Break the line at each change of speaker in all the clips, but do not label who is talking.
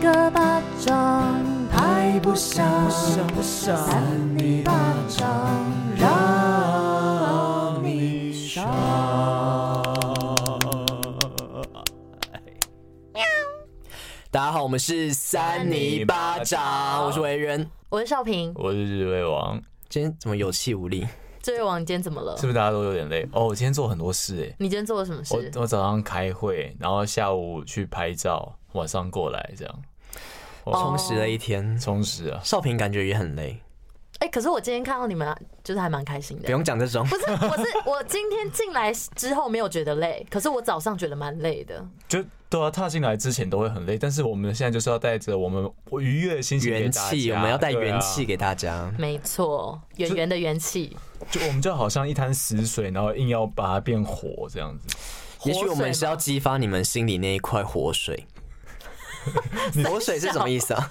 个巴掌拍不响，
不想
扇你巴掌让你伤。
大家好，我们是三泥巴掌，我是维人。
我是少平，
我是日位王，
今天怎么有气无力？
这位王你今天怎么了
是？不是大家都有点累？哦，我今天做很多事哎、
你今天做了什么事？
我我早上开会，然后下午去拍照，晚上过来这样
充实了一天，
充实啊。
少平感觉也很累，
哎、可是我今天看到你们，啊就是还蛮开心
不
的。
用讲这种
不。是，我是我今天进来之后没有觉得累，可是我早上觉得蛮累的。
就对啊，踏进来之前都会很累，但是我们现在就是要带着我们愉悦的心情给
元
大
气，
家
我们要带
对啊
元气给大家。
没错，圆圆的元气，
就我们就好像一滩死水，然后硬要把它变火这样子。
也许我们是要
活水
激发你们心里那一块活水。活水是什么意思啊？
吗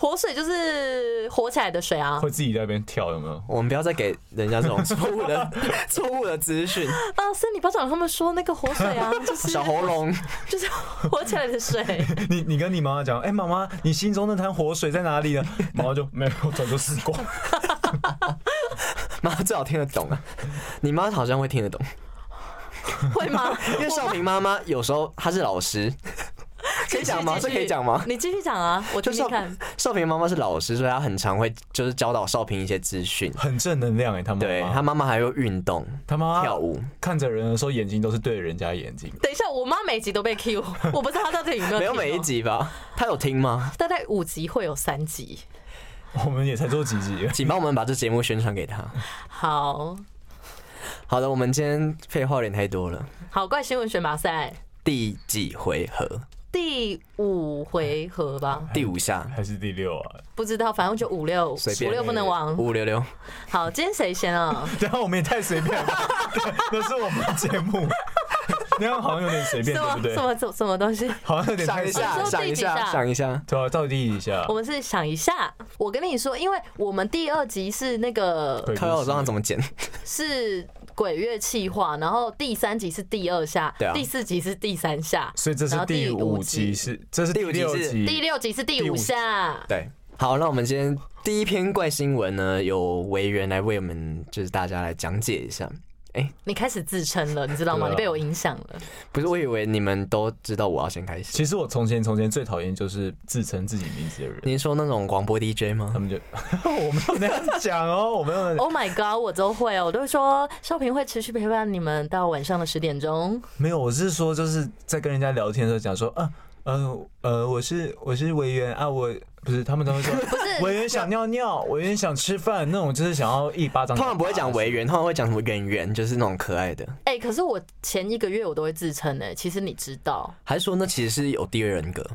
活水就是火起来的水啊
会！自己在那边跳，有没有？
我们不要再给人家这种 错误的错误的资讯。
啊，森你巴掌他们说那个火水 啊，就是
小喉咙，
就是火起来的水，
你你跟你妈妈讲，哎、妈妈，你心中那滩活水在哪里呢？妈妈就没有，早就死光。
妈最好听得懂啊。你妈好像会听得懂，
会吗？
因为少平妈妈有时候她是老师，可以讲吗？
继
这
续
可以讲吗？
你继续讲啊，我听
就
听
少
看。
少平妈妈是老师，所以她很常会就是教导少平一些资讯。
很正能量哎、他妈妈，
对她妈妈还会运动、
他妈妈
跳舞，
看着人的时候，眼睛都是对人家眼睛。
等一下，我妈每集都被 Q，我不知道她到底有没有
没有
听
每一
哦
集吧？啊 她有听吗？
大概五集会有三集。
我们也才做几集，
请帮我们把这节目宣传给她。
好
好的，我们今天废话有点太多了。
好怪新闻选拔赛
第几回合？
第五回合 吧，
第五下，
还是第六啊？
不知道，反正就五六，
随便
五六不能亡。
五五六六。
好，今天谁 先啊？
然后我们也太随便 了吧，对那是我们的节 目，那样好像有点随便，
什
对
么
不对
什？么什么什么东西？
好像有点
想
太
一
随
下，
便
说
想一
第几
下，
下
想一下。
对啊，到第一下
我，们是想一下，我跟你说，因为我们第二集是那个
鬼故事
靠腰我知道他怎么剪，
是鬼月气化，然后第三集是第二下，
对啊
第四集是第三下，
所以这
然
是
后第
五
集
集，是这是
第
第
五集
六
是
第
集，
六集是第
第
五
五集
下。
对。好，那我们今天第一篇怪新闻呢，由维园来为我们就是大家来讲解一下。
你开始自称了，你知道吗？
对啊
你被我影响了。
不是，我以为你们都知道我要先开始。
其实我从前从前最讨厌就是自称自己名字的人，
您说那种广播 DJ
他
吗？
们就 我没有那样讲哦，我没有那样 讲
Oh my god，我都会哦，我都会说少平会持续陪伴你们到晚上的十点钟。
没有，我是说就是在跟人家聊天的时候讲说啊。呃呃，我是我是委员啊，我不是他们都 会说不
是
委员想尿尿，委员想吃饭，那种就是想要一巴 掌。
通常不会讲维园，通常会讲什么圆圆，就是那种可爱的。
哎、可是我前一个月我都会自称哎、其实你知道，
还是说那其实是有第二人格？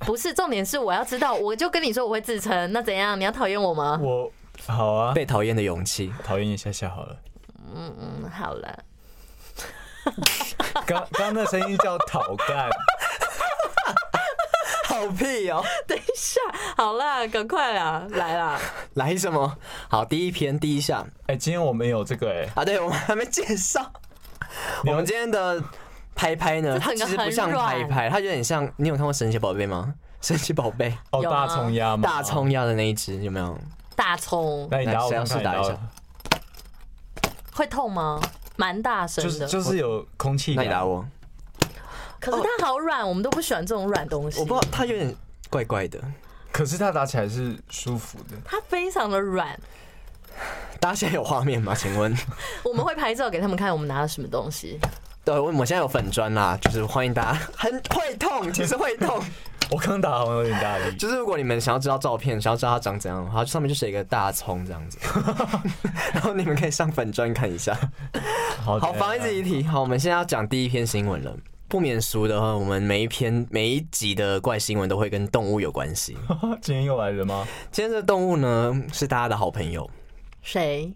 不是重点是我要知道，我就跟你说我会自称，那怎样？你要讨厌我吗？
我好啊，
被讨厌的勇气。
讨厌一下下好了。
嗯，好了，
刚刚那声音叫讨干，
好屁哦！
等一下，好啦，赶快啦，来啦，
来什么？好，第一篇第一项
哎、今天我们有这个哎、
啊，对我们还没介绍。
你
我
要
们今天的拍拍呢，
这
它
整
其
个
实不
很
像拍
软
拍，它有点像。你有看过《神奇宝贝》吗？神奇宝贝
哦，
有
大
啊
葱鸭嘛，
大，葱鸭的那一只有没有？
大葱
那你打
来
我
谁要
看看
试打
你
一下
我
会痛吗？蛮大声
就
的，
是就是有空气
那
感。
你打我，
可是它好软，我们都不喜欢这种软东西。
哦我不知道，它有点怪怪的，
可是它打起来是舒服的。
它非常的软，
大家现在有画面吗？请 问？
我们会拍照给他们看，我们拿了什么东西。
对，我们现在有粉砖啦，就是欢迎大家。很会痛，其实会痛。
我刚打好像有点大力，
就是如果你们想要知道照片，想要知道它长怎样的话，上面就写一个大葱这样子，然后你们可以上粉砖看一下。好，
好
防
防
疫自己题。好，我们现在要讲第一篇新闻了。不免俗的话，我们每一篇每一集的怪新闻都会跟动物有关系。
今天又来了吗？
今天这动物呢是大家的好朋友。
谁？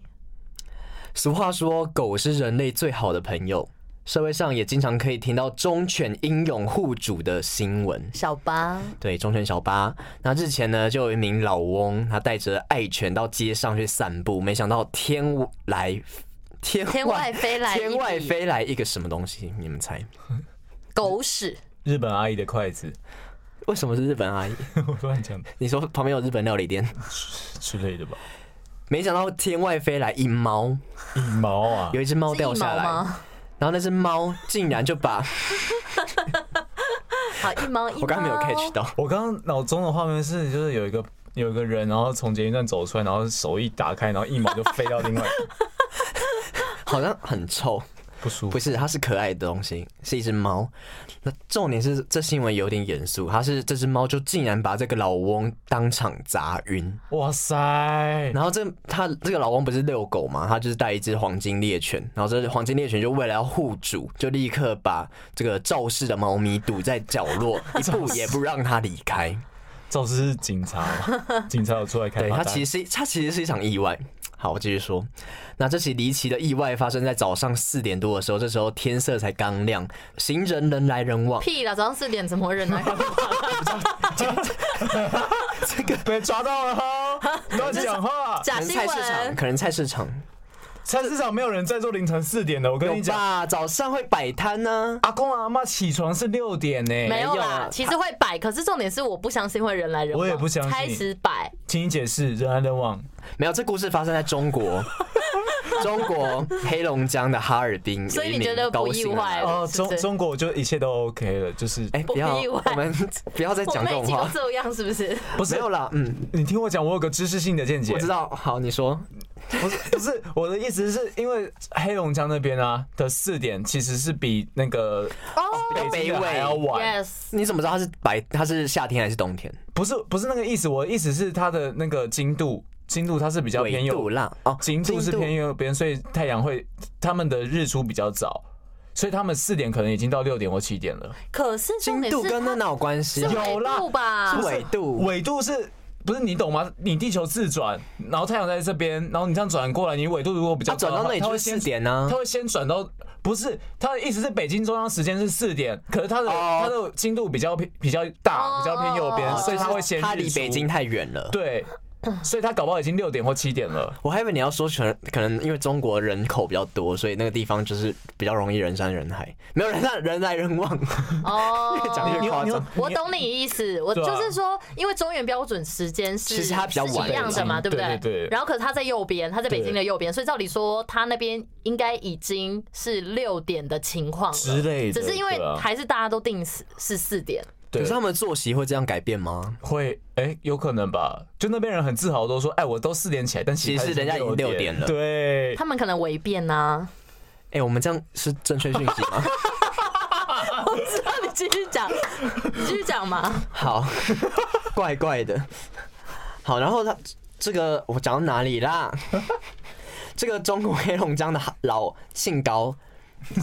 俗话说，狗是人类最好的朋友。社会上也经常可以听到忠犬英勇护主的新闻。
小巴。
对，忠犬小八。那之前呢，就有一名老翁，他带着爱犬到街上去散步，没想到天来天
天外飞来一笔
天外飞来一个什么东西？你们猜？
狗屎，
日本阿姨的筷子，
为什么是日本阿姨？
我 乱讲的
你说旁边有日本料理店，
之类的吧。
没想到天外飞来一猫，
羽毛啊，
有一只猫
是一
掉
毛
下来，
吗？
然后那只猫竟然就把
好，一 毛一 毛。
我刚刚没有 catch 到，
我刚刚脑中的画面是，就是有一个有一个人，然后从捷运站走出来，然后手一打开，然后一毛就飞到另外，
好像很臭。
不舒
不
服。
是，它是可爱的东西，是一只猫。那重点是这新闻有点严肃，它是这只猫就竟然把这个老翁当场砸晕。
哇塞，
然后这他这个老翁不是遛狗嘛，他就是带一只黄金猎犬，然后这黄金猎犬就为了要护主，就立刻把这个肇事的猫咪堵在角落，一步也不让它离开。
肇事是警察嘛，警察有出来开
对，
罚
它
单。
其
实
实是它其实是一场意外。好，我继续说。那这起离奇的意外发生在早上四点多的时候，这时候天色才刚亮，行人人来人往，
屁啦！早上四点怎么 人来人往？
被抓到了哦，乱讲话。
可
假
能
新
菜市场，
闻。
可能菜市场
菜市场没有人在做凌晨四点的，我跟你
有
讲，
吧？早上会摆摊呢。
阿公阿妈起床是六点呢、
没有
没有
啦
啊，
其实会摆，可是重点是我不相信会人来人往，
我也不相信
开始摆，
请你解释，人来人往，
没有，这故事发生在中 国，中国黑龙江的哈尔滨，
所以
有一
你
名
觉得不
高姓
意外
人
哦，
是
中
这
中国就一切都 OK 了，就是
哎、
不
不要，
意外
我们不要再
我
讲这
妹
种
已经都
话。
这样，是不是？
不是
没有啦，嗯，
你听我讲，我有个知识性的见解，
我知道。好，你说，
不是不是我的意思是因为黑龙江那边啊的四点其实是比那个
哦
较
北京
卑
的
微
还要晚，
，yes，
你怎么知道它是白，它是夏天还是冬天？
不是不是那个意思，我的意思是它的那个经度经度它是比较偏
纬度
右，
啦，哦，
经度是偏右边，所以太阳会他们的日出比较早，所以他们四点可能已经到六点或七点了。
可是
经
重点
度
是
跟那哪有关系
它
啊？
是
有啦
纬度吧
是？
不是
纬度
纬度是。不是你懂吗？你地球自转，然后太阳在这边，然后你这样转过来，你纬度如果比较
它啊
高
转
的话，
到那里
它
就
会
是
先
四点啊呢
他。会先转到，不是他的意思是北京中央时间是四点，可是他的、
哦
他的经度比较偏比较大，
哦
比较偏右边，
哦
所以他会先
它离
日出
北京太远了。
对，所以他搞不好已经六点或七点了。
我还以为你要说全，可能因为中国人口比较多，所以那个地方就是比较容易人山人海，没有人山人来人往，
哦，
越 讲越夸
你有
张。
我懂你意思，我
对啊
就是说，因为中原标准时间是
其实它比较晚
是一样的嘛，
对
对不
对对
然后可是它在右边，它在北京的右边，所以照理说它那边应该已经是六点的情况了
之类的
只是因为
对啊
还是大家都定死是四点，
可
对
是，他们作息会这样改变吗？
会哎、有可能吧？就那边人很自豪，都说哎，我都四点起来，但
其实人家已经
六
六点了
对，
他们可能违变啊 呐。
哎、我们这样是正确讯息 吗？
我知道你继续讲，你继续讲嘛。
好，怪怪的。好，然后他这个我讲到哪里啦？这个中国黑龙江的老姓高，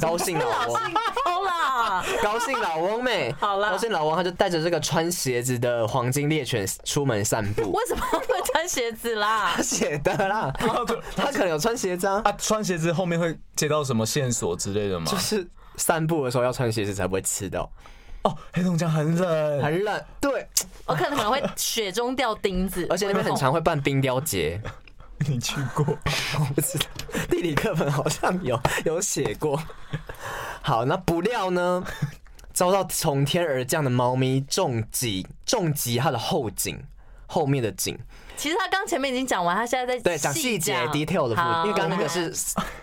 高姓老翁，
好啦，
高姓老翁妹，
好啦
高姓老翁他就带着这个穿鞋子的黄金猎犬出门散步。
为什么会穿鞋子啦
他？写的 啦，他可能有穿鞋子啊，
啊，穿鞋子后面会接到什么线索之类的吗
就？是散步的时候要穿鞋子才不会刺到，
哦，黑龙江很冷，
很冷。对，
我可能可能会雪中掉钉子，
而且那边很常会办冰雕节，
你去过？
我不知道，地理课本好像有有写过。好，那不料呢，遭到从天而降的猫咪重击，重击它的后颈。后面的颈，
其实他刚前面已经讲完，他现在在
对，讲细节
讲
detail 的部分，
好
因为刚刚那个是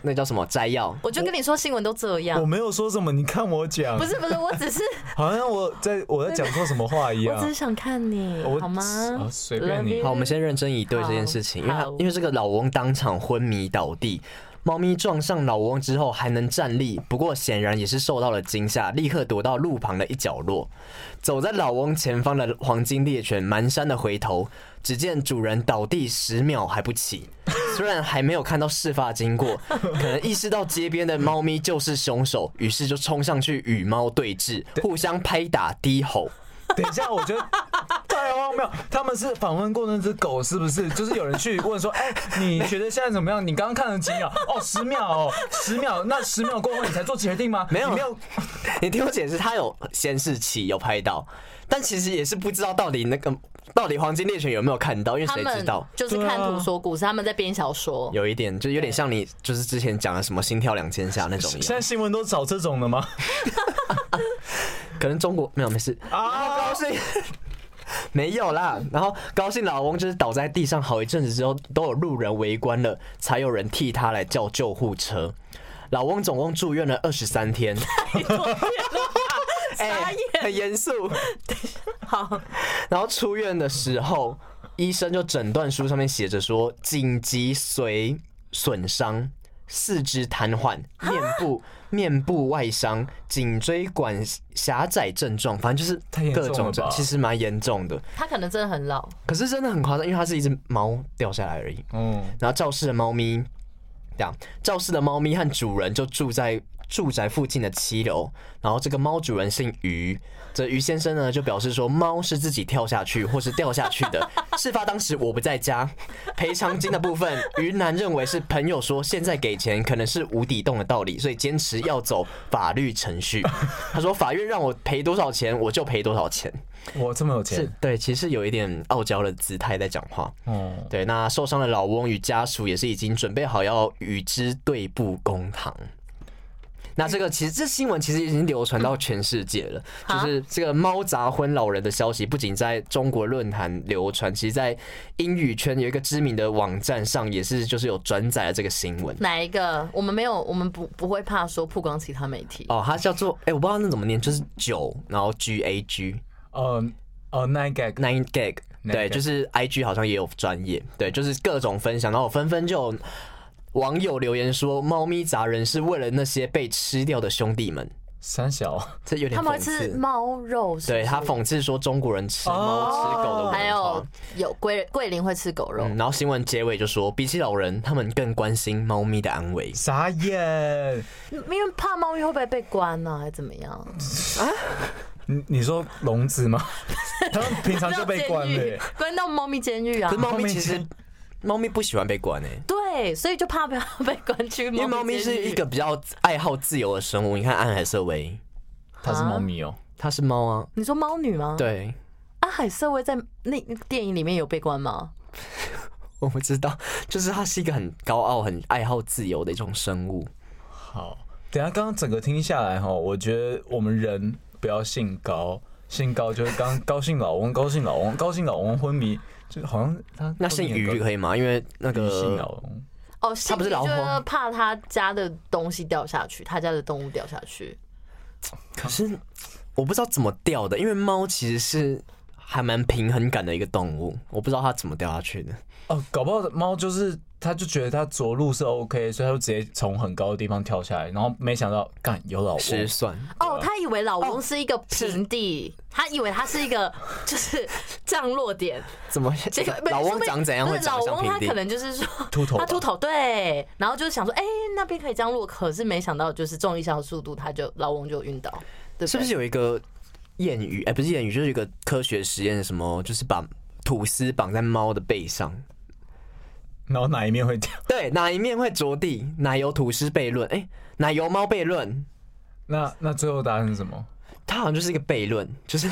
那叫什么摘要，
我就跟你说，新闻都这
我
样。
没有说什么，你看我讲，
不是不是，我 只是
好像我在我在讲错什么话一
我
样
只。是想看你
我
好吗
啊？随便
Love
你
you
好，我们先认真以对这件事情，因为他
好
因为这个老翁当场昏迷倒地，猫咪撞上老翁之后还能站立，不过显然也是受到了惊吓，立刻躲到路旁的一角落。走在老翁前方的黄金猎犬蹒跚的回头，只见主人倒地十秒还不起。虽然还没有看到事发经过，可能意识到街边的猫咪就是凶手，于是就冲上去与猫对峙，互相拍打、低吼。
等一下，我觉得太 荒谬！他们是访问过那只狗，是不是？就是有人去问说，哎、你觉得现在怎么样？你刚刚看了几秒？哦，十秒哦，十秒。那十秒过后你才做决定吗？
没有
你没有。
你听我解释，他有监视器有拍到，但其实也是不知道到底那个到底黄金猎犬有没有看到，因为
他
谁知
们
道？
就是看图说故事，他们在编小说。
有一点就有点像你就是之前讲的什么心跳两千下那种一
现
样，
在新闻都找这种了吗？
可能中国没有没事，
啊
高，兴。 没有啦，然后高兴老翁就是倒在地上好一阵子之后，都有路人围观了，才有人替他来叫救护车。老翁总共住院了二十三天，哎、很严肃。
好，
然后出院的时候，医生就诊断书上面写着说紧急髓损伤、四肢瘫痪、面部面部外伤、颈椎管狭窄症状，反正就是
太严重
各
了
种症，
吧
其实蛮严重的。
他可能真的很老，
可是真的很夸张，因为它是一只猫掉下来而已。
嗯，
然后教室的猫咪，这样教室的猫咪和主人就住在住宅附近的七楼。然后这个猫主人姓于，这于先生呢就表示说，猫是自己跳下去或是掉下去的。事发当时我不在家，赔偿金的部分，于南认为是朋友说现在给钱可能是无底洞的道理，所以坚持要走法律程序。他说法院让我赔多少钱，我就赔多少钱。
我这么有
是
钱，
对，其实有一点傲娇的姿态在讲话。
嗯，
对，那受伤的老翁与家属也是已经准备好要与之对簿公堂。那这个其实这新闻其实已经流传到全世界了，就
啊
是这个猫砸昏老人的消息，不仅在中国论坛流传，其实在英语圈有一个知名的网站上也是就是有转载了这个新闻。
哪一个？我们没有，我们不不会怕说曝光其他媒体。
哦，它叫做哎、我不知道那怎么念，就是九，然后 G A G
呃，哦，nine gag，
nine gag，
Nine
对，
gag 嗯
就是 I G 好像也有专业，对，就是各种分享，然后纷纷就有网友留言说，猫咪砸人是为了那些被吃掉的兄弟们，
三小，
这有点
他们
讽
会吃
刺。
猫肉是不是，
对他讽刺说中国人吃猫吃狗的文化，
哦还有有桂桂林会吃狗肉，
嗯，然后新闻结尾就说，比起老人，他们更关心猫咪的安危。
傻眼。
因为怕猫咪会不会被关呢、啊，还是怎么样？
你你说笼子 吗？他们平常就被关
到
了
监狱
耶。
关到猫咪监狱啊
可是。猫咪其
后
实
面，
猫咪不喜欢被关诶、
对，所以就怕不要 被关去
因
猫
为猫咪
监
是
狱
一个比较爱好自由的生物。你看安海瑟薇，
它是猫咪哦，
它是猫啊，
你说猫女吗？
对，
啊，海瑟薇在那那个电影里面有被关吗？
我不知道，就是它是一个很高傲、很爱好自由的一种生物。
好，等一下刚刚整个听下来哈，我觉得我们人不要兴高，兴高就是刚高兴老翁，高兴老翁，高兴老翁昏迷，就好像他
那姓于可以吗？因为那
于姓老
个
翁，
哦，
它不是老虎
就是
啊
怕他家的东西掉下去，他家的动物掉下去。
可是我不知道怎么掉的，因为猫其实是还蛮平衡感的一个动物，我不知道它怎么掉下去的。
哦，搞不好猫就是。他就觉得他着陆是 OK，所以他就直接从很高的地方跳下来，然后没想到干有老
失
翁，
算，
哦，他以为老翁是一个平地，哦他以为他是一个就是降落点，
怎么
结果
老翁长怎样
不
会
是
长
老
得像
翁他
平
可
地？
能就是说
秃头吧
他秃头对，然后就是想说，哎、那边可以降落，可是没想到就是重力下的速度，他就老翁就晕倒，对
是不是有一个谚语？哎、不是谚语，就是一个科学实验，什么就是把吐司绑在猫的背上，
然后哪一面会掉？
对，哪一面会着地？奶油吐司悖论，哎、奶油猫悖论，
那那最后答案是什么？
它好像就是一个悖论，就是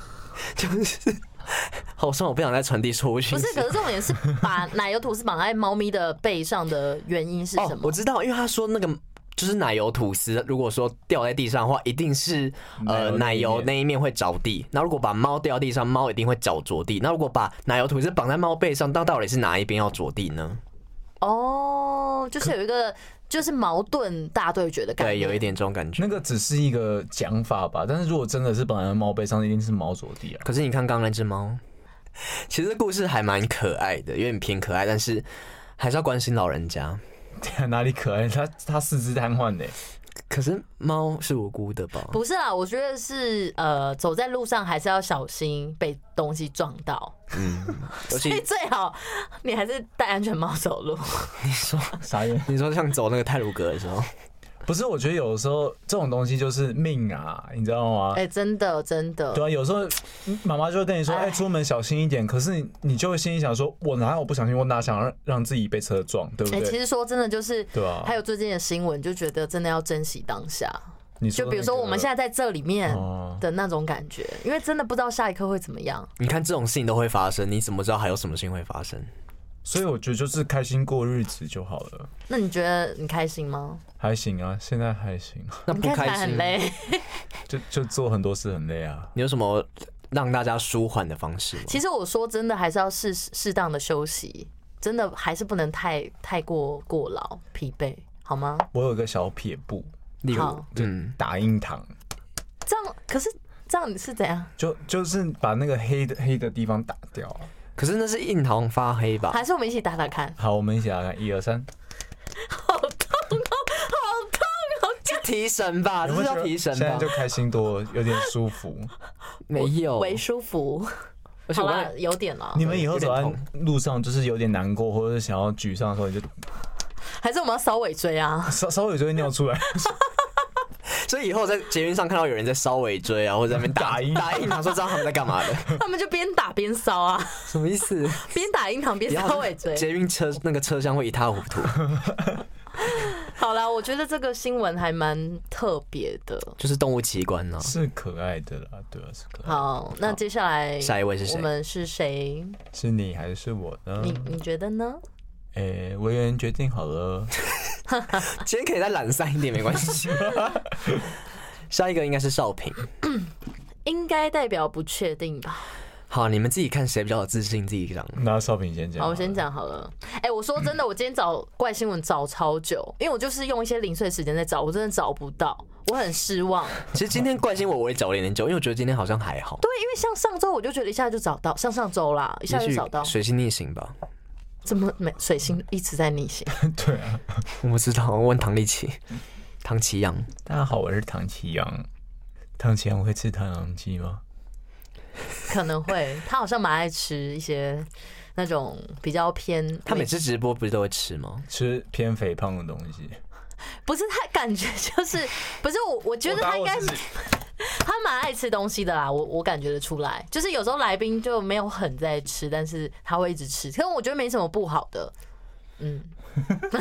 就是， 好像我不想再传递错误讯
不
息
是，。可是重点是把奶油吐司绑在猫咪的背上的原因是什
哦，
么？
我知道，因为他说那个就是奶油吐司，如果说掉在地上的话，一定是呃奶
奶
油
油那一面
那一面会着地。那如果把猫掉地上，猫一定会脚着地。那如果把奶油吐司绑在猫背上，那到底是哪一边要着地呢？
哦，就是有一个就是矛盾大对决的感觉，
对，有一点这种感觉
那。个只是一个讲法吧，但是如果真的是绑在猫背上，一定是猫着地啊。
可是你看刚刚那只猫，其实故事还蛮可爱的，有点偏可爱，但是还是要关心老人家。
天啊，哪里可爱？它它四肢瘫痪的，
可是猫是无辜的吧？
不是啊，我觉得是呃，走在路上还是要小心被东西撞到，
尤
所
其
以 最好你还是戴安全帽走路。
你说
傻眼。
你说像走那个泰鲁格的时候，
不是，我觉得有时候这种东西就是命啊，你知道吗？
哎，真的真的，
对啊，有时候嗯妈妈就会跟你说：“哎、
哎
出门小心一点。”可是你你就会心里想说：“我哪有不小心？我哪想让让自己被车撞，对不
哎、
对？”啊
其实说真的，就是
对啊
还有最近的新闻，就觉得真的要珍惜当下。
你
就比如说我们现在在这里面
哦
的那种感觉，因为真的不知道下一刻会怎么样。
你看这种事情都会发生，你怎么知道还有什么事情会发生？
在，所以我觉得就是开心过日子就好了，
那你觉得你开心吗？
还行啊，现在还行，啊
那
你
啊不
看起
开
来
心
很，累，
就就做很多事很累啊。
你有什么让大家舒缓的方式吗？
其实我说真的，还是要适适当的休息，真的还是不能太太过过劳疲惫，好吗？
我有个小撇步，
例如
好，
嗯，
打印堂，
这样可是这样你是怎样？
就就是把那个黑的黑的地方打掉啊。
可是那是印堂发黑吧？
还是我们一起打打看？
好，我们一起来看，一二三，
好痛哦，好痛哦！
是提神吧？啊这
有没
是要
有觉得
提神
现在
吧
就？开心多了，有点舒服。
没有，
为舒服，
哦而且
好
我
啦
刚，才
有点了。
你们以后
有点
走在
痛
路上，就是有点难过或者是想要沮丧的时候，你就
还是我们要稍尾追啊？
稍稍微就会尿出 来。
所以以后在捷运上看到有人在烧尾椎啊，或者在那边打
打印
打印堂，说知道他们在干嘛的，
他们就边打边烧啊，
什么意 思？
边打印堂边
以
烧
后
尾椎。
捷运车那个车厢会一塌糊涂，
好啦，我觉得这个新闻还蛮特别的。
就是动物奇观啊呢、
是可爱的啦，对啊，是可爱的。
好，那接下来
下一位是谁嗯
我们是谁？
是你还是我呢？
你你觉得呢？
诶、我委员决定好 了，
今天可以再懒散一点，没关系。 下一个应该是少平。
应该代表不确定吧？
好，你们自己看谁比较有自信，自己 讲。
那少平先讲。
啊
好，我先。讲好了。哎、我说真的，我今天找怪新闻找超久，因为我就是用一些零碎时间在找，我真的找不到，我很 失望。
其实今天关心我，我也找了点久，因为我觉得今天好像还好。
对，因为像上周我就觉得一下就找到，像上周啦，一下
也
就
许
找到，
水星逆行吧，
怎么没水星一直在逆行？
对啊，
我不知道，我问唐立 奇、唐奇阳。
大家好，我是唐奇阳。唐奇阳会吃唐扬鸡吗？
可能会，他好像蛮爱吃一些那种比较偏美，
他每次直播不是都会吃吗？
吃偏肥胖的东西。
不是他感觉就是不是哎我，我觉得他应该
我打我自己
他蛮爱吃东西的啦，我我感觉得出来，就是有时候来宾就没有很在吃，但是他会一直吃，可是我觉得没什么不好的，嗯，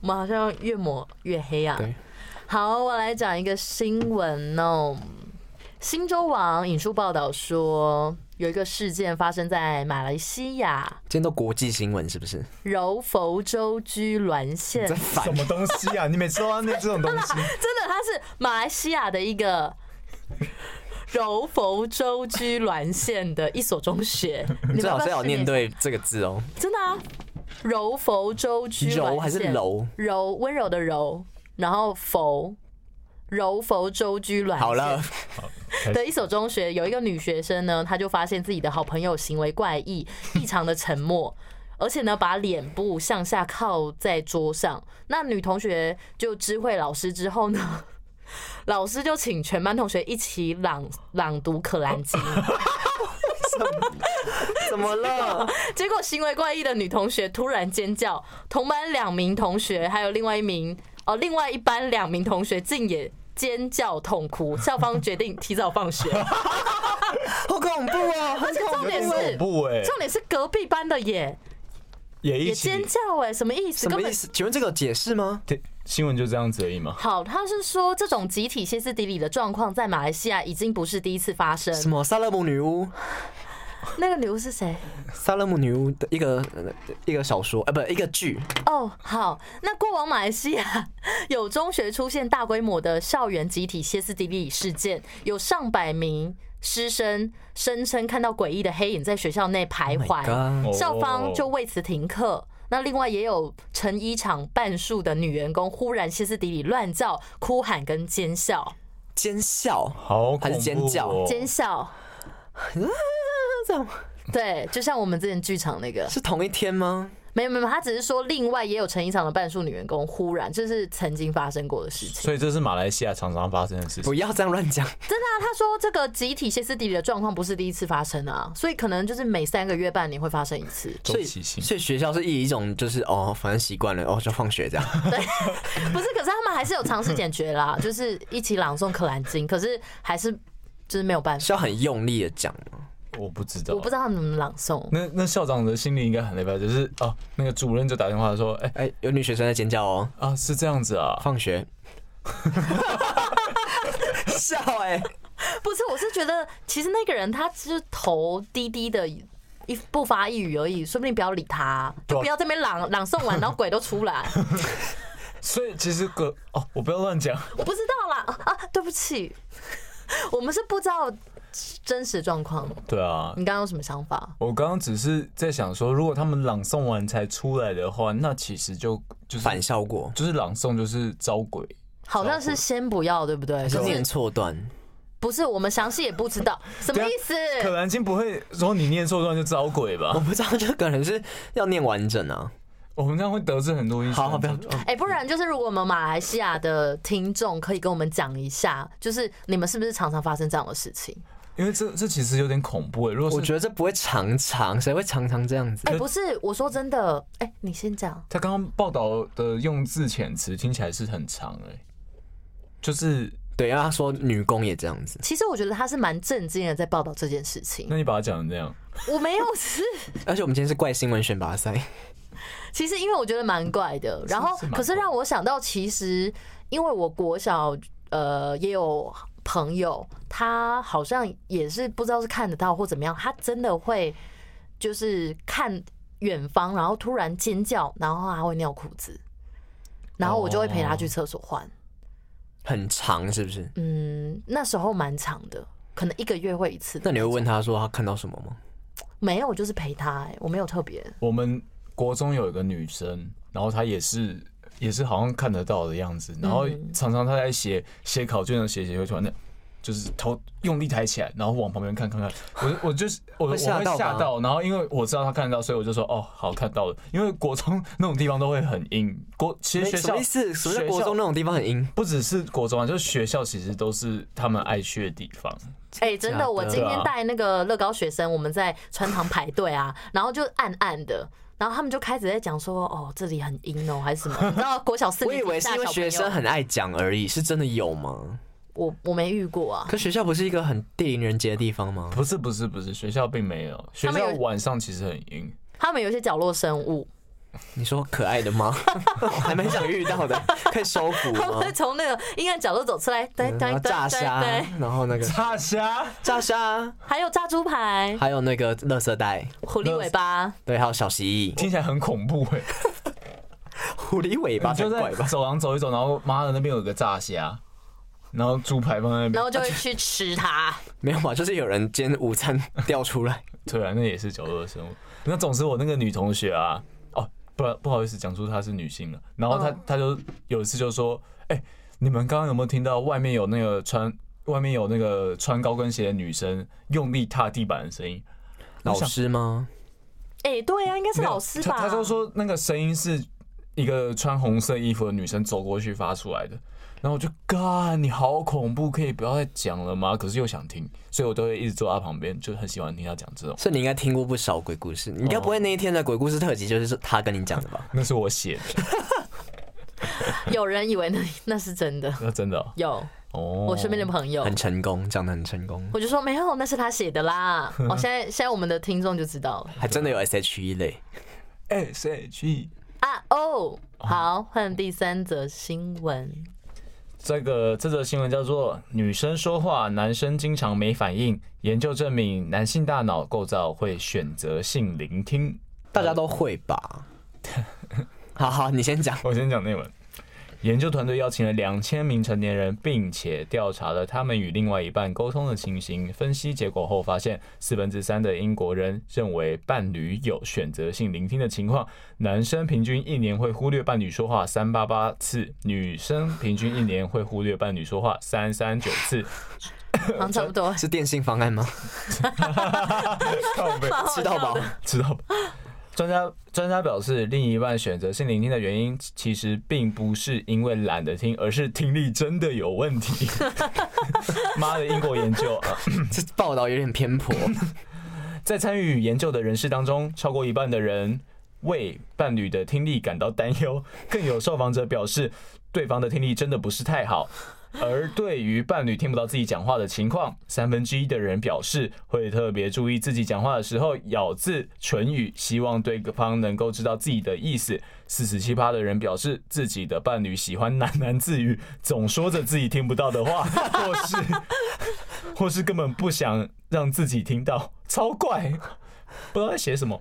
我们好像越抹越黑啊
对。
好，我来讲一个新闻哦。新洲网引述报道说，有一个事件发生在马来西亚，
今天都国际新闻是不是？
柔佛州居銮县，
在
真
反
什么东西啊？你每次都要念这种东西。
的，它是马来西亚的一个柔佛州居銮县的一所中学。
你最好是
要
要念，对这个字哦。
真的啊！柔佛州居銮县
柔还是柔？
柔温柔的柔，然后佛柔佛州居銮县
好了，
的一所中学，有一个女学生呢，她就发现自己的好朋友行为怪异，异常的沉默，而且呢，把脸部向下靠在桌上。那女同学就知会老师之后呢， 老师就请全班同学一起朗朗读《可兰经》。
怎么了？
结果行为怪异的女同学突然尖叫，同班两名同学还有另外一名哦，另外一班两名同学竟也尖叫痛哭，校方决定提早放学。
好恐怖哦！ 而且
重点
恐
是。
怖哎、
重点是隔壁班的耶，
也一
也
起
尖。叫哎、什么意思？
什么
根本
意思？请问这个有解释吗？
对新闻就这样子而已嘛。
好，他是说这种集体歇斯底里的状况在马来西亚已经不是第一次发生。
什么萨勒姆女巫？
那个女巫是谁？
萨勒姆女巫的一个呃一个小说，呃，不，一个剧。
哦，好，那过往马来西亚有中学出现大规模的校园集体歇斯底里事件，有上百名师生声称看到诡异的黑影在学校内徘
Oh
徊。
my god！
校方就为此停课。那另外也有成衣厂半数的女员工忽然歇斯底里乱叫、哭喊跟尖笑，
Oh 奸笑，
好恐怖、哦，
还是尖叫
尖笑。
这样
对，就像我们之前剧场那个，
是同一天吗？
没有没有，他只是说另外也有成衣厂的半数女员工忽然，这是曾经发生过的事情。
所以这是马来西亚常常发生的事
不
情。
要这样乱 讲。
真的啊，他说这个集体歇斯底里的状况不是第一次发生啊，所以可能就是每三个月、半年会发生一次。
周
所以
期性
所以学校是以一种就是哦，反正习惯了，哦就放学这 样。
对，不是，可是他们还是有尝试解决 啦，就是一起朗诵《可兰经》，可是还是就是没有办法，
是要很用力的讲吗？
我不知道，
我不知道他们怎么朗诵。
那那校长的心里应该很累吧？就是哦，那个主任就打电话说，哎、
哎、有女学生在尖叫哦，
啊，是这样子啊，
放学。 笑哎、
不是，我是觉得其实那个人他只是头低低的。一不发一语而已，说不定不要理他，就不要这边朗朗诵完，然后鬼都出来。
所以其实个哦，我不要乱讲，
我不知道啦啊，对不起， 我们是不知道真实状况。
对啊。
你刚刚有什么想法？
我刚刚只是在想说，如果他们朗诵完才出来的话，那其实就就是
反效果，
就是朗诵就是招鬼，
好像是先不要，对不对？
是
就
念
是
错段。
不是我们详细也不知道什么意思？
啊可兰经不会说你念错段就招鬼
我
吧？
不知道，就可能是要念完整啊。
我们这样会得罪很多医生。
好好不要
哦
哎、不然就是如果我们马来西亚的听众可以跟我们讲一下，就是你们是不是常常发生这样的事情？
因为这这其实有点恐怖哎、如果是
我觉得这不会常常，谁会常常这样子？
哎、不是，我说真的，哎、你先讲。
他刚刚报道的用字遣词听起来是很长哎、就是
对，因为他说女工也这样子，
其实我觉得他是蛮震惊的，在报道这件事情
那。你把它讲成这样，
我没有是，
而且我们今天是怪新闻选拔赛，
其实因为我觉得蛮怪的，然后
是蛮怪
可是让我想到，其实因为我国小呃也有朋友，他好像也是不知道是看得到或怎么样，他真的会就是看远方，然后突然尖叫，然后他会尿裤子，然后我就会陪他去厕所换。
哦
很长是不是？
嗯，那时候蛮长的，可能一个月会一次的。
那你会问他说他看到什么吗？
没有，我就是陪他、欸，我没有特别。
我们国中有一个女生，然后她也是也是好像看得到的样
嗯
子，然后常常她在写写考卷的写写会突然那。就是头用力抬起来，然后往旁边看看看，我我就是我我
会
会
吓到吗
吓到，然后因为我知道她看得到，所以我就说哦好看到了，因为国中那种地方都会很阴，国其实
没
学
什
校
么意思？什么叫国
学校
中那种地方很阴？
不只是国中啊，就是学校其实都是他们爱去的地方。
哎、真
假
的，
的
我今天带那个乐高学生，我们在穿堂排队啊， 然后就暗暗的。然后他们就开始在讲说，哦，这里很阴哦，还是什么？ 你知道国小四
我
年
以
级
为
大
是
小
因为
朋
学
友
生，很爱讲而已，是真的有吗？
我我没遇过啊。
可学校不是一个很地灵人杰的地方吗？
不是不是不是，学校并没有，学
他们
校
有
晚上其实很 阴。
他们有一些角落生物，
你说可爱的 吗？我还蛮想遇到的，可以收服
他
吗
们会？从那个阴暗角落走出来， 对
哦嗯
对
然后
对
炸虾
对对，，
然后那个
大侠，
炸虾，
还有炸猪排、
还有那个垃圾袋，
狐狸尾巴，
对，还有小蜥蜴、
听起来很恐怖哎、
狐狸尾巴
你
才
就在
怪吧？
走廊走一走，然后妈的那边有个炸虾，然后猪排放在那
然
边，啊
后就会去吃 它。
没有吧？就是有人煎午餐掉出来，
对啊，那也是角落生物。那总之我那个女同学啊，哦，不然不好意思讲出她是女性了，然后她
嗯
她就有一次就说，哎、你们刚刚有没有听到外面有那个穿外面有那个穿高跟鞋的女生用力踏地板的声音？
老
我想
师吗？
哎、对啊，应该是
没有
老师
他
吧？
他就说那个声音是一个穿红色衣服的女生走过去发出来的，然后我就干，你好恐怖，可以不要再讲了吗？可是又想听，所以我都会一直坐在她旁边，就很喜欢听她讲这种。
所以你应该听过不少鬼故事，你应该不会那一天的鬼故事特辑就是他跟你讲的吧？
那是我写的，
有人以为那那是真的，
那真的哦
有
哦。
我身边的朋友
很成功，讲的很成功，
我就说没有，那是他写的 啦。哦，现在现在我们的听众就知道了
还真的有 E SHE 类。
S H E
啊。哦，好，换第三则 新闻。
这个这则新闻叫做“女生说话，男生经常没反应”。研究证明，男性大脑构造会选择性聆听。
大家都会 吧？好好，你先讲。
我先讲内文。研究团队邀请了两千名成年人，并且调查了他们与另外一半沟通的情形。分析结果后发现，四分之三的英国人认为伴侣有选择性聆听的情况。男生平均一年会忽略伴侣说话三八八次，女生平均一年会忽略伴侣说话三三九次。
好像差 不多，
是电信方案吗？
靠北
蛮好
吃
笑
到饱
的。
知道吧？ 专家专家表示，另一半选择性聆听的原因，其实并不是因为懒得听，而是听力真的有问题。 妈的，英国研究。啊
这报道有点偏 颇。
在参与研究的人士当中，超过一半的人为伴侣的听力感到担忧，更有受访者表示，对方的听力真的不是太好。而对于伴侣听不到自己讲话的情况，三分之一的人表示会特别注意自己讲话的时候咬字、唇语，希望对方能够知道自己的意思。四十七趴的人表示自己的伴侣喜欢喃喃自语，总说着自己听不到的话，或是或是根本不想让自己听到，超怪，不知道在写什么。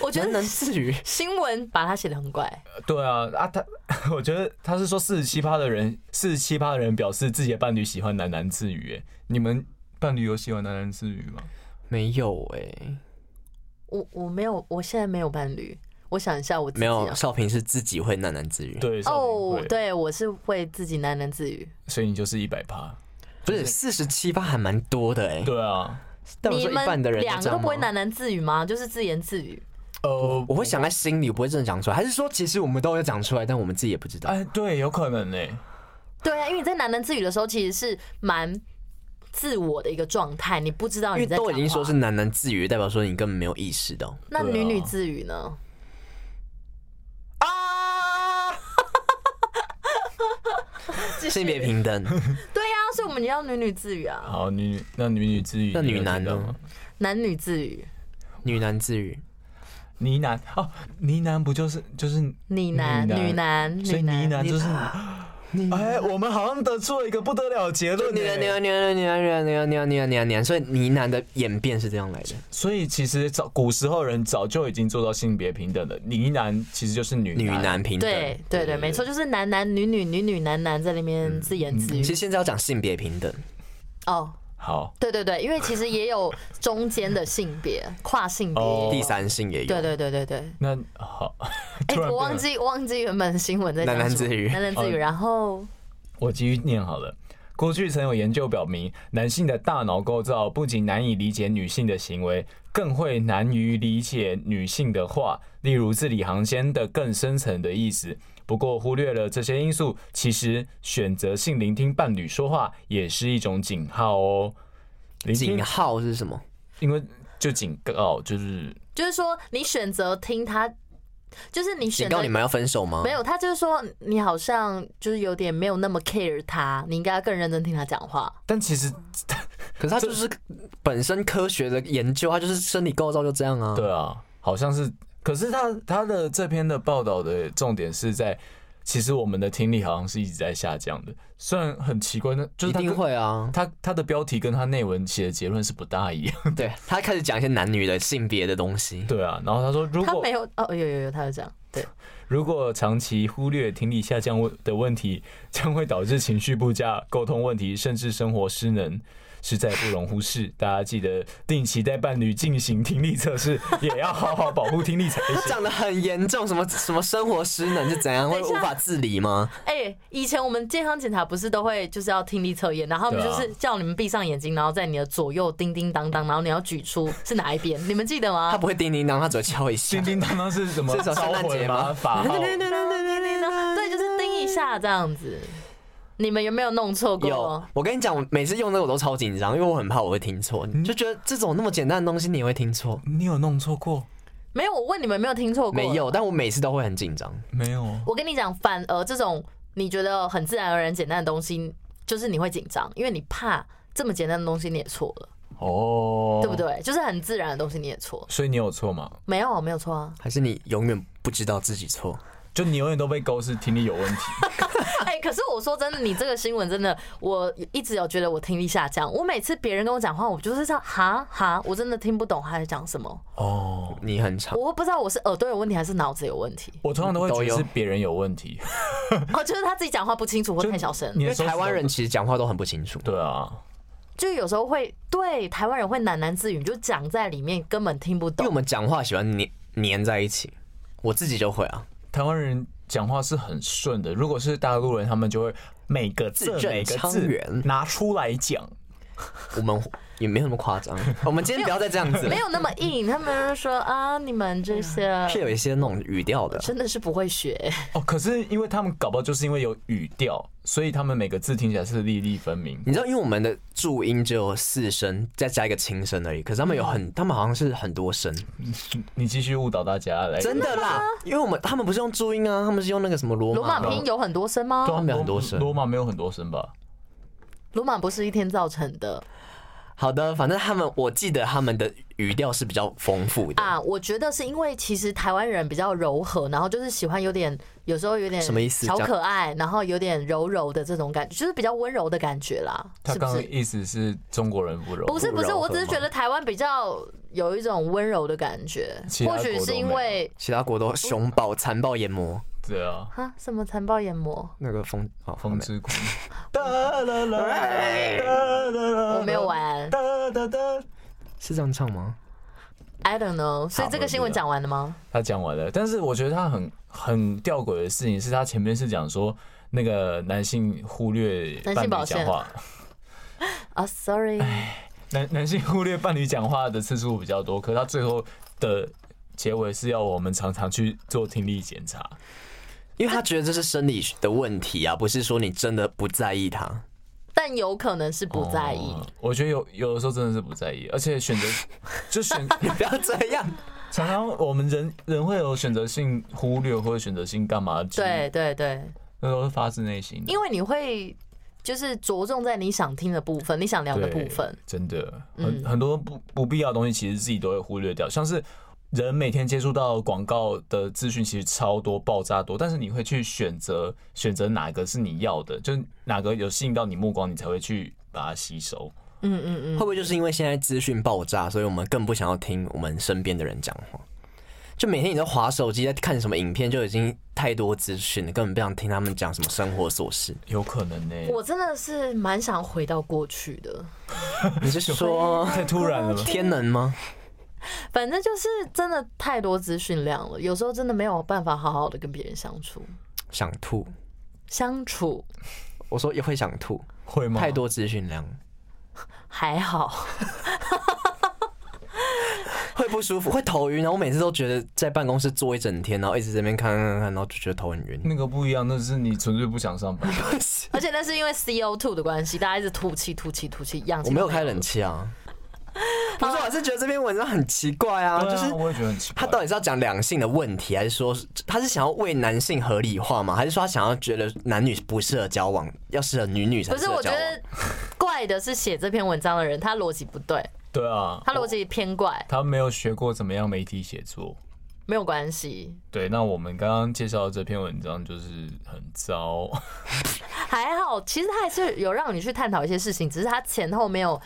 我觉
喃
得
喃自语，
新闻把它写的很怪，
对啊，啊他， 我觉得他是说四十七趴的人，四十七趴的人表示自己的伴侣喜欢喃喃自语。哎，你们伴侣有喜欢喃喃自语吗？
没有哎、
我我没有，我现在没有伴侣。我想一下，我自己
没有。
啊
少平是自己会喃喃自语，，
对，少平
哦
会，，
对，我是会自己喃喃自语。
所以你就是一百趴。
不是四十七八还蛮多的哎、
对啊，
但我
你
说一半
们
的人
两
就这
个都
样哦
不会
吗
喃喃自语吗？就是自言自语。
呃，
我会想在心里，不会真的讲出来，还是说其实我们都有讲出来，但我们自己也不知道？
哎，对，有可能哎。
对啊，因为你在喃喃自语的时候，其实是蛮自我的一个状态，你不知道
因
你
为
在讲
都
话。
已经说是喃喃自语，代表说你根本没有意识到。
那
对啊
女女自语呢？
啊！性别平 等，
对呀、所以我们要女女自语啊，
好，女那女女之语，
那
你有
女男
听到
呢
吗？
男女自语，
女男自语，
呢喃哦，呢喃不就是就是，
你男
女男
女男
所
女
以呢
男，
喃就是，
你
哎，我们好像得出了一个不得了的结论
你
哎。
你你你你你你你你，所以呢喃的演变是这样来的，
所以其实早古时候人早就已经做到性别平等了，呢喃其实就是女
女男平等。
对对
对
对，没错，
对
就是男男女女女女男男在那边自言自语
嗯其。实现在要讲性别平等，
哦，
好，
对对对，因为其实也有中间的性别，跨性别。
哦
第三性也有。
对对对对对，
那好，
哎、
突然
我忘
变了，
记我忘记原本新闻在
喃
讲
喃
什么
自语
喃喃自语，
哦
然后
我继续念好了。过去曾有研究表明，男性的大脑构造不仅难以理解女性的行为，更会难于理解女性的话，例如字里行间的更深层的意思。不过，忽略了这些因素，其实选择性聆听伴侣说话也是一种警号哦。聆听
井，号是什么？
因为就警告，就是
就是说你选择听他，就是你
警
选择
告你们要分手吗？
没，有，他就是说你好像就是有点没有那么 care 他，你应该更认真听他讲话。
但其实，
可是它就是本身科学的研究，它就是生理构造就这样啊。
对啊，好像是。可是他他的这篇的报道的重点是在，其实我们的听力好像是一直在下降的，虽然很奇怪，那就是
一
他
定
跟
会啊。
他他的标题跟他内文写的结论是不大一样。
对他开始讲一些男女的性别的东西，
对啊，然后他说，如
他
果
没有哦，有有有，他有这样，对，
如果长期忽略听力下降问的 问题，将会导致情绪不佳、沟通问题，甚至生活失能。实在不容忽视，大家记得定期带伴侣进行听力测试，也要好好保护听力才行。
讲的很严重，什么什么生活失能是怎样，会
等一
无
下
法自理吗？
哎、以前我们健康检查不是都会就是要听力测验，然后他们
对
就
啊
是叫你们闭上眼睛，然后在你的左右叮叮当当，然后你要举出是哪一边，你们记得
他
吗？
不会叮叮当，他只会敲一下
叮。叮当当是 什么？
这是圣
召
诞
回
节
吗？
吗
法号？
对，就是叮一下这样子。
嗯
你们有没有弄错
有
过？，
我跟你讲，我每次用那个我都超紧张，因为我很怕我会听错，
嗯
就觉得这种那么简单的东西你也会听错。
你有弄错过
没有，我问你们有没有听错过？
没有，但我每次都会很紧张。。
没有？
我跟你讲，反而这种你觉得很自然而然简单的东西，就是你会紧张，因为你怕这么简单的东西你也错了，
哦，
对不？对？就是很自然的东西你也错，
所以你有错吗？
没有没有错啊
还是你永远不知道自己错？
就你永远都被勾是听力有问题。
哎、可是我说真的，你这个新闻真的，我一直有觉得我听力下降。我每次别人跟我讲话，我就是这样哈哈，我真的听不懂他在讲什么，
哦，，
你很长，
我不知道我是耳朵有问题还是脑子有问题
我通常都会
都
觉得
有
是别人有问题。
哦，就是他自己讲话不清楚或
就
太小声，
你
因
的
为
手指
台湾
头
人其实讲话都很不清楚。
对啊，
就有时候会对台湾人会喃喃自语，就讲在里面根本听不
因为
懂
我。们讲话喜欢黏黏在一起，我自己就会啊，
台湾人讲话是很顺的。如果是大陆人，他们就会每个字
字正
每个
腔
字
圆
拿出来讲。
我们也没有那么夸 张，我们今天不要再这样子了
没。有那么硬，他们就说啊，你们这些
是有一些那种语调的，
真的是不会学，
哦，可是因为他们搞不好就是因为有语调，所以他们每个字听起来是粒粒分明。
你知道，因为我们的注音只有四声，再加一个轻声而已，可是他们有很，他们好像是很多声，
你继续误导大家来，
真的啦，哎因为我们他们不是用注音啊，他们是用那个什么罗
罗马
马
拼音有很多声吗？
啊他们有很多声
罗马没有很多声吧？
罗马不是一天造成的
好的，反正他们我记得他们的语调是比较丰富的，
啊，我觉得是因为其实台湾人比较柔和，然后就是喜欢有点有时候有点
什么意思
小
这样
可爱，然后有点柔柔的这种感觉，就是比较温柔的感觉啦，
他
是不
刚刚
是？
意思是中国人不柔，
不是不是，
柔和
我只是觉得台湾比较有一种温柔的感觉，
其他
或许
国都
是因
没有
为
其他国都熊抱、残暴、研磨
对啊，
啊什么残暴眼魔，
那个风啊
风之谷。
我
我
没有。玩
呃
是这样唱吗？
，I don't know。所以
好
这个
我
新
知
闻
道
讲完了吗？
他讲完了，但是我觉得他很很吊诡的事情是，他前面是讲说那个男性忽略
男性
伴侣
保
讲
健
话，
啊、s o r r y
男男性忽略伴侣讲话的次数比较多，可他最后的结尾是要我们常常去做听力检查。
因为他觉得这是生理的问题啊，不是说你真的不在意 他。
但有可能是不在意。
哦我觉得有有的时候真的是不在意，而且选择就选
你不要这样，
常常我们人人会有选择性忽略或者选择性干嘛？，
对对对，
那都是发自内心的。
因为你会就是着重在你想听的部分，你想聊的部
对
分。
真的
嗯
很很多不不必要的东西，其实自己都会忽略掉，像是。人每天接触到广告的资讯其实超多，爆炸多，但是你会去选择选择哪个是你要的，就是哪个有吸引到你目光，你才会去把它吸收。
嗯嗯嗯，
会不会就是因为现在资讯爆炸，所以我们更不想要听我们身边的人讲话？就每天你在划手机，在看什么影片，就已经太多资讯了，根本不想听他们讲什么生活琐事。
有可能呢、
我真的是蛮想回到过去的。
你是说
太突然了吧，
天能吗？
反正就是真的太多资讯量了，有时候真的没有办法好好的跟别人相处
想吐？
相处。
我说也会想吐，
会吗？
太多资讯量，
还好，
会不舒服，会头晕啊！我每次都觉得在办公室坐一整天，然后一直在那边看看看看，然后就觉得头很晕。
那个不一样，那是你纯粹不想上班。
而且那是因为 CO2 的关系，大家一直吐气、吐气、吐气，氧气
我没有开冷气啊，不是，我是觉得这篇文章很奇怪啊，
对
就
啊
是
我也觉得很奇怪。
他到底是要讲两性的问题，还是说他是想要为男性合理化吗？还是说他想要觉得男女不适合交往，要适合女女才
不
适
是，
合
我
交
觉
往？
得怪的是写这篇文章的人，他逻辑不对，
对啊，
他逻辑偏怪，
他没有学过怎么样媒体写作。
没有关系，
对，那我们刚刚介绍的这篇文章就是很糟，
还好，其实他还是有让你去探讨一些事情，只是他前后没有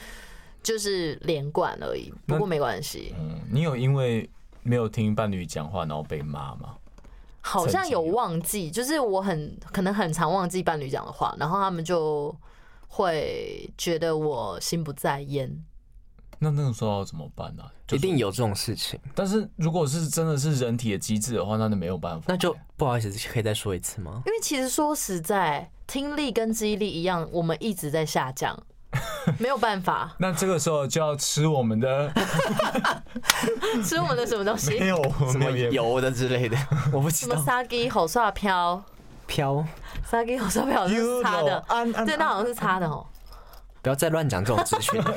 就是连贯而已。不过没关系，
嗯，你有因为没有听伴侣讲话然后被骂吗？
好像有忘记，就是我很可能很常忘记伴侣讲的话，然后他们就会觉得我心不在焉。
那那个时候要怎么办呢、就
一定有这种事情，
但是如果是真的是人体的机制的话，那就没有办法。
那就不好意思，可以再说一次吗？
因为其实说实在，听力跟记忆力一样，我们一直在下降，没有办法
那这个时候就要吃我 们的
哎
吃我们的什么 东西
没。有，我
什
没
么
有也
油的之类的， 我不知
什么
道。
沙鸡吼刷飘，
飘，
沙鸡吼刷飘是擦
You
的
know，安安
对，那好像是擦的哦。
不要再乱讲这种资 讯了，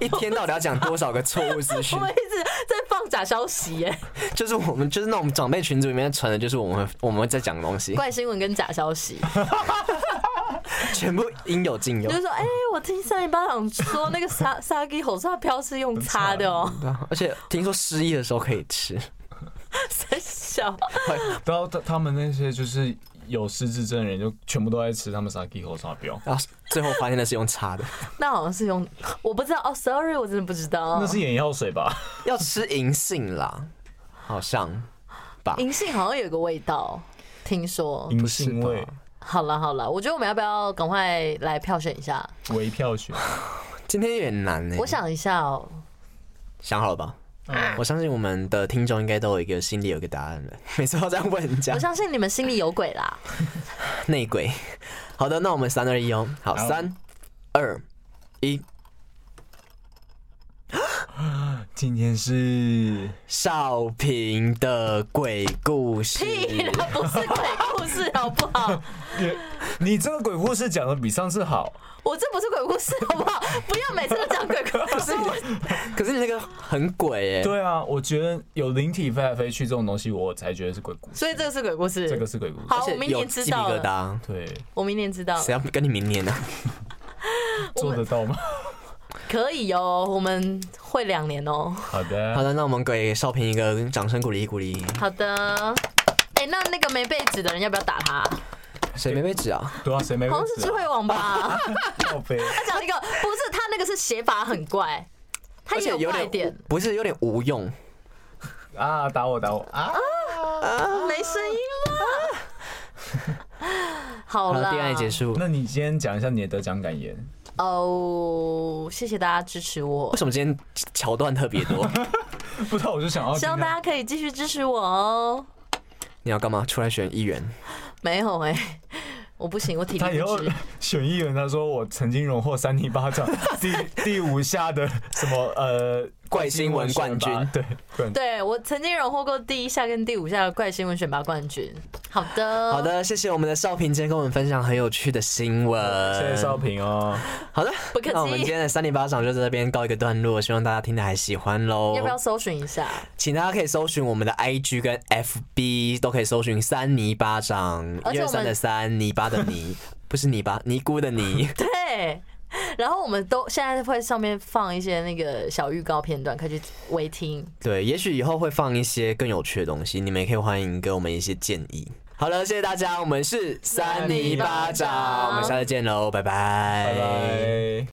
一天到底要讲多少个错误资讯
我？们一直在放假消息耶，
就是我们就是那种长辈群组里面传的，就是我们我们在讲的东西，
怪新闻跟假消息，
全部应有尽有
就。是说，哎、我听上一巴掌说那个沙沙鸡吼刷飘是用擦的哦，
对啊而且听说失忆的时候可以吃，
在笑。
然后他他们那些就是有失智症的人，就全部都在吃他们 saki 和沙标，
然后最后发现那是用擦 的，
那好像是用，我不知道哦，sorry，我真的不知道
那。是眼药水吧？
要吃银杏啦，好像
银杏好像有个味道，听说。
银
不是
杏味
吧，
好了好了，我觉得我们要不要赶快来票选一下？
嗯
微票选。
今天有点难呢、
我想一下哦，
想好了吧？我相信我们的听众应该都有一个心里有一个答案了。每次都这样问人家
我相信你们心里有鬼啦。
内鬼。好的，那我们三二一哦。好，
好
三二一，
今 天是
少平的鬼故事。
屁啦，不是鬼故事好不 好？
你这个鬼故事讲的比上次好，
我这不是鬼故事好不好？不要每次都讲 鬼故事，我
可是你那个很鬼哎、
对啊，我觉得有灵体飞来飞去这种东西，我才觉得是鬼故事，
所以这个是鬼故事。
这个是鬼故事。
好，
而
我
且
明
有
年知
鸡皮
道
疙
了，
瘩。
对，
我明年知道
谁要跟你明年呢、
做得 到吗？
可以哦，我们会两年哦。
好的，
好的，那我们给少平一个掌声鼓励鼓励。
好的。哎、那那个没被指的人要不要打他？
谁没被指啊？
对啊，谁没
好
位
像是
置
智慧网吧。
啊？靠背，
他讲一个，不是他那个是写法很怪，他
而
也
且有
怪
点
点，
无不是有点无用。
啊，打我打我啊！
啊
没声音了。 好
好
了，
了，恋爱结束。
那你今天讲一下你的得奖感言，
哦，谢谢大家支持我
为，什么今天桥段特别 多？
不知道我就想要
希
听
望大家可以继续支持我哦。
你要干嘛？出来选议员？
没有哎、我不行，我体
他以
力不
后
支。
选议员，他说我曾经荣获三尼巴掌第 第五下的什么呃
怪新闻冠军
选拔对，冠军
对我曾经荣获过第一下跟第五下的怪新闻选拔冠军。好的，
好，的，谢谢我们的少平今天跟我们分享很有趣的新闻。
谢谢少平哦，
好的
不，客气
那我们今天的三零八掌就在这边告一个段落，希望大家听的还喜欢喽。
要不要搜寻一下？
请大家可以搜寻我们的 IG 跟 FB，都可以搜寻三泥巴掌，
而
一
且
二
我们
三的三，泥巴的 泥，不是泥巴，尼姑的泥。
对。然后我们都现在会上面放一些那个小预告片段，可以去微听。
对，也许以后会放一些更有趣的东西，你们也可以欢迎给我们一些建议。好了，谢谢大家，我们是三泥巴掌，我们下次见喽，拜拜，哎
拜拜。